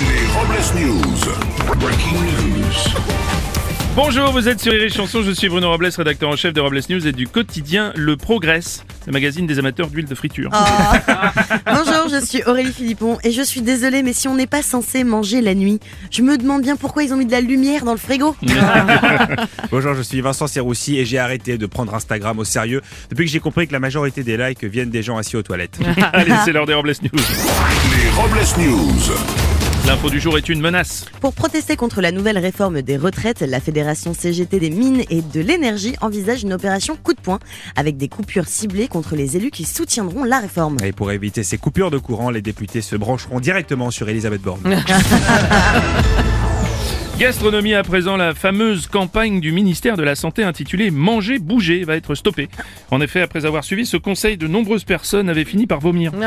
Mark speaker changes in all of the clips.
Speaker 1: Les Robles News. Breaking news.
Speaker 2: Bonjour, vous êtes sur Rire et Chanson, je suis Bruno Robles, rédacteur en chef de Robles News et du quotidien Le Progrès, le magazine des amateurs d'huile de friture.
Speaker 3: Oh. Bonjour, je suis Aurélie Philippon et je suis désolée, mais si on n'est pas censé manger la nuit, je me demande bien pourquoi ils ont mis de la lumière dans le frigo.
Speaker 4: Bonjour, je suis Vincent Serroussi et j'ai arrêté de prendre Instagram au sérieux depuis que j'ai compris que la majorité des likes viennent des gens assis aux toilettes.
Speaker 2: Allez, c'est l'heure des Robles News.
Speaker 1: Les Robles News.
Speaker 2: L'info du jour est une menace.
Speaker 3: Pour protester contre la nouvelle réforme des retraites, la Fédération CGT des mines et de l'énergie envisage une opération coup de poing avec des coupures ciblées contre les élus qui soutiendront la réforme.
Speaker 4: Et pour éviter ces coupures de courant, les députés se brancheront directement sur Elisabeth Borne.
Speaker 2: Gastronomie à présent, la fameuse campagne du ministère de la Santé intitulée Manger, bouger va être stoppée. En effet, après avoir suivi ce conseil, de nombreuses personnes avaient fini par vomir.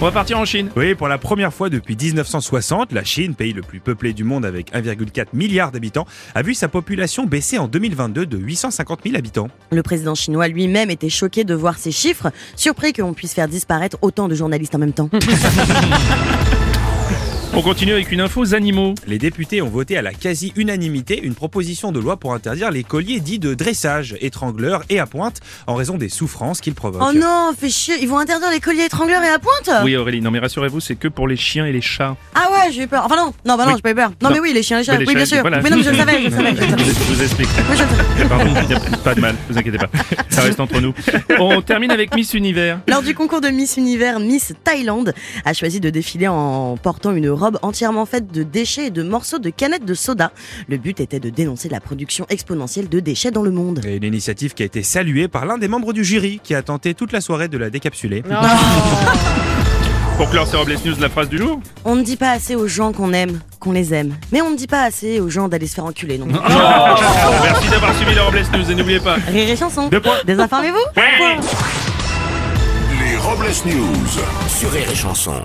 Speaker 2: On va partir en Chine.
Speaker 4: Oui, pour la première fois depuis 1960, la Chine, pays le plus peuplé du monde avec 1,4 milliard d'habitants, a vu sa population baisser en 2022 de 850 000 habitants.
Speaker 3: Le président chinois lui-même était choqué de voir ces chiffres, surpris qu'on puisse faire disparaître autant de journalistes en même temps.
Speaker 2: On continue avec une info animaux.
Speaker 4: Les députés ont voté à la quasi-unanimité une proposition de loi pour interdire les colliers dits de dressage, étrangleurs et à pointe en raison des souffrances qu'ils provoquent.
Speaker 3: Oh non, fais chier, ils vont interdire les colliers étrangleurs et la pointe
Speaker 2: Oui Aurélie, non mais rassurez-vous, c'est que pour les chiens et les chats.
Speaker 3: Ah ouais, j'ai eu peur. Enfin non, non, bah non,
Speaker 2: Oui.
Speaker 3: j'ai pas eu peur. Non,
Speaker 2: Non.
Speaker 3: mais oui, les chiens, les chats,
Speaker 2: Mais les
Speaker 3: oui, bien
Speaker 2: chats,
Speaker 3: sûr.
Speaker 2: voilà.
Speaker 3: Mais non, mais je le savais, je le savais. je le savais.
Speaker 2: Je vous explique.
Speaker 3: Oui, je le savais.
Speaker 2: Eh, Pardon, y a pas de mal, vous inquiétez pas. Ça reste entre nous. On termine avec Miss Univers.
Speaker 3: Lors du concours de Miss Univers, Miss Thaïlande a choisi de défiler en portant une robe entièrement faite de déchets et de morceaux de canettes de soda. Le but était de dénoncer la production exponentielle de déchets dans le monde.
Speaker 4: Et une initiative qui a été saluée par l'un des membres du jury qui a tenté toute la soirée de la décapsuler.
Speaker 2: Pour clore ces Robles News, la phrase du jour.
Speaker 3: On ne dit pas assez aux gens qu'on aime, qu'on les aime. Mais on ne dit pas assez aux gens d'aller se faire enculer, non
Speaker 2: Ah. Merci d'avoir suivi les Robles News et n'oubliez pas.
Speaker 3: Rire et chanson.
Speaker 2: Deux points.
Speaker 3: Désinformez-vous.
Speaker 1: Les Robles News.
Speaker 5: Sur Rire et Chanson.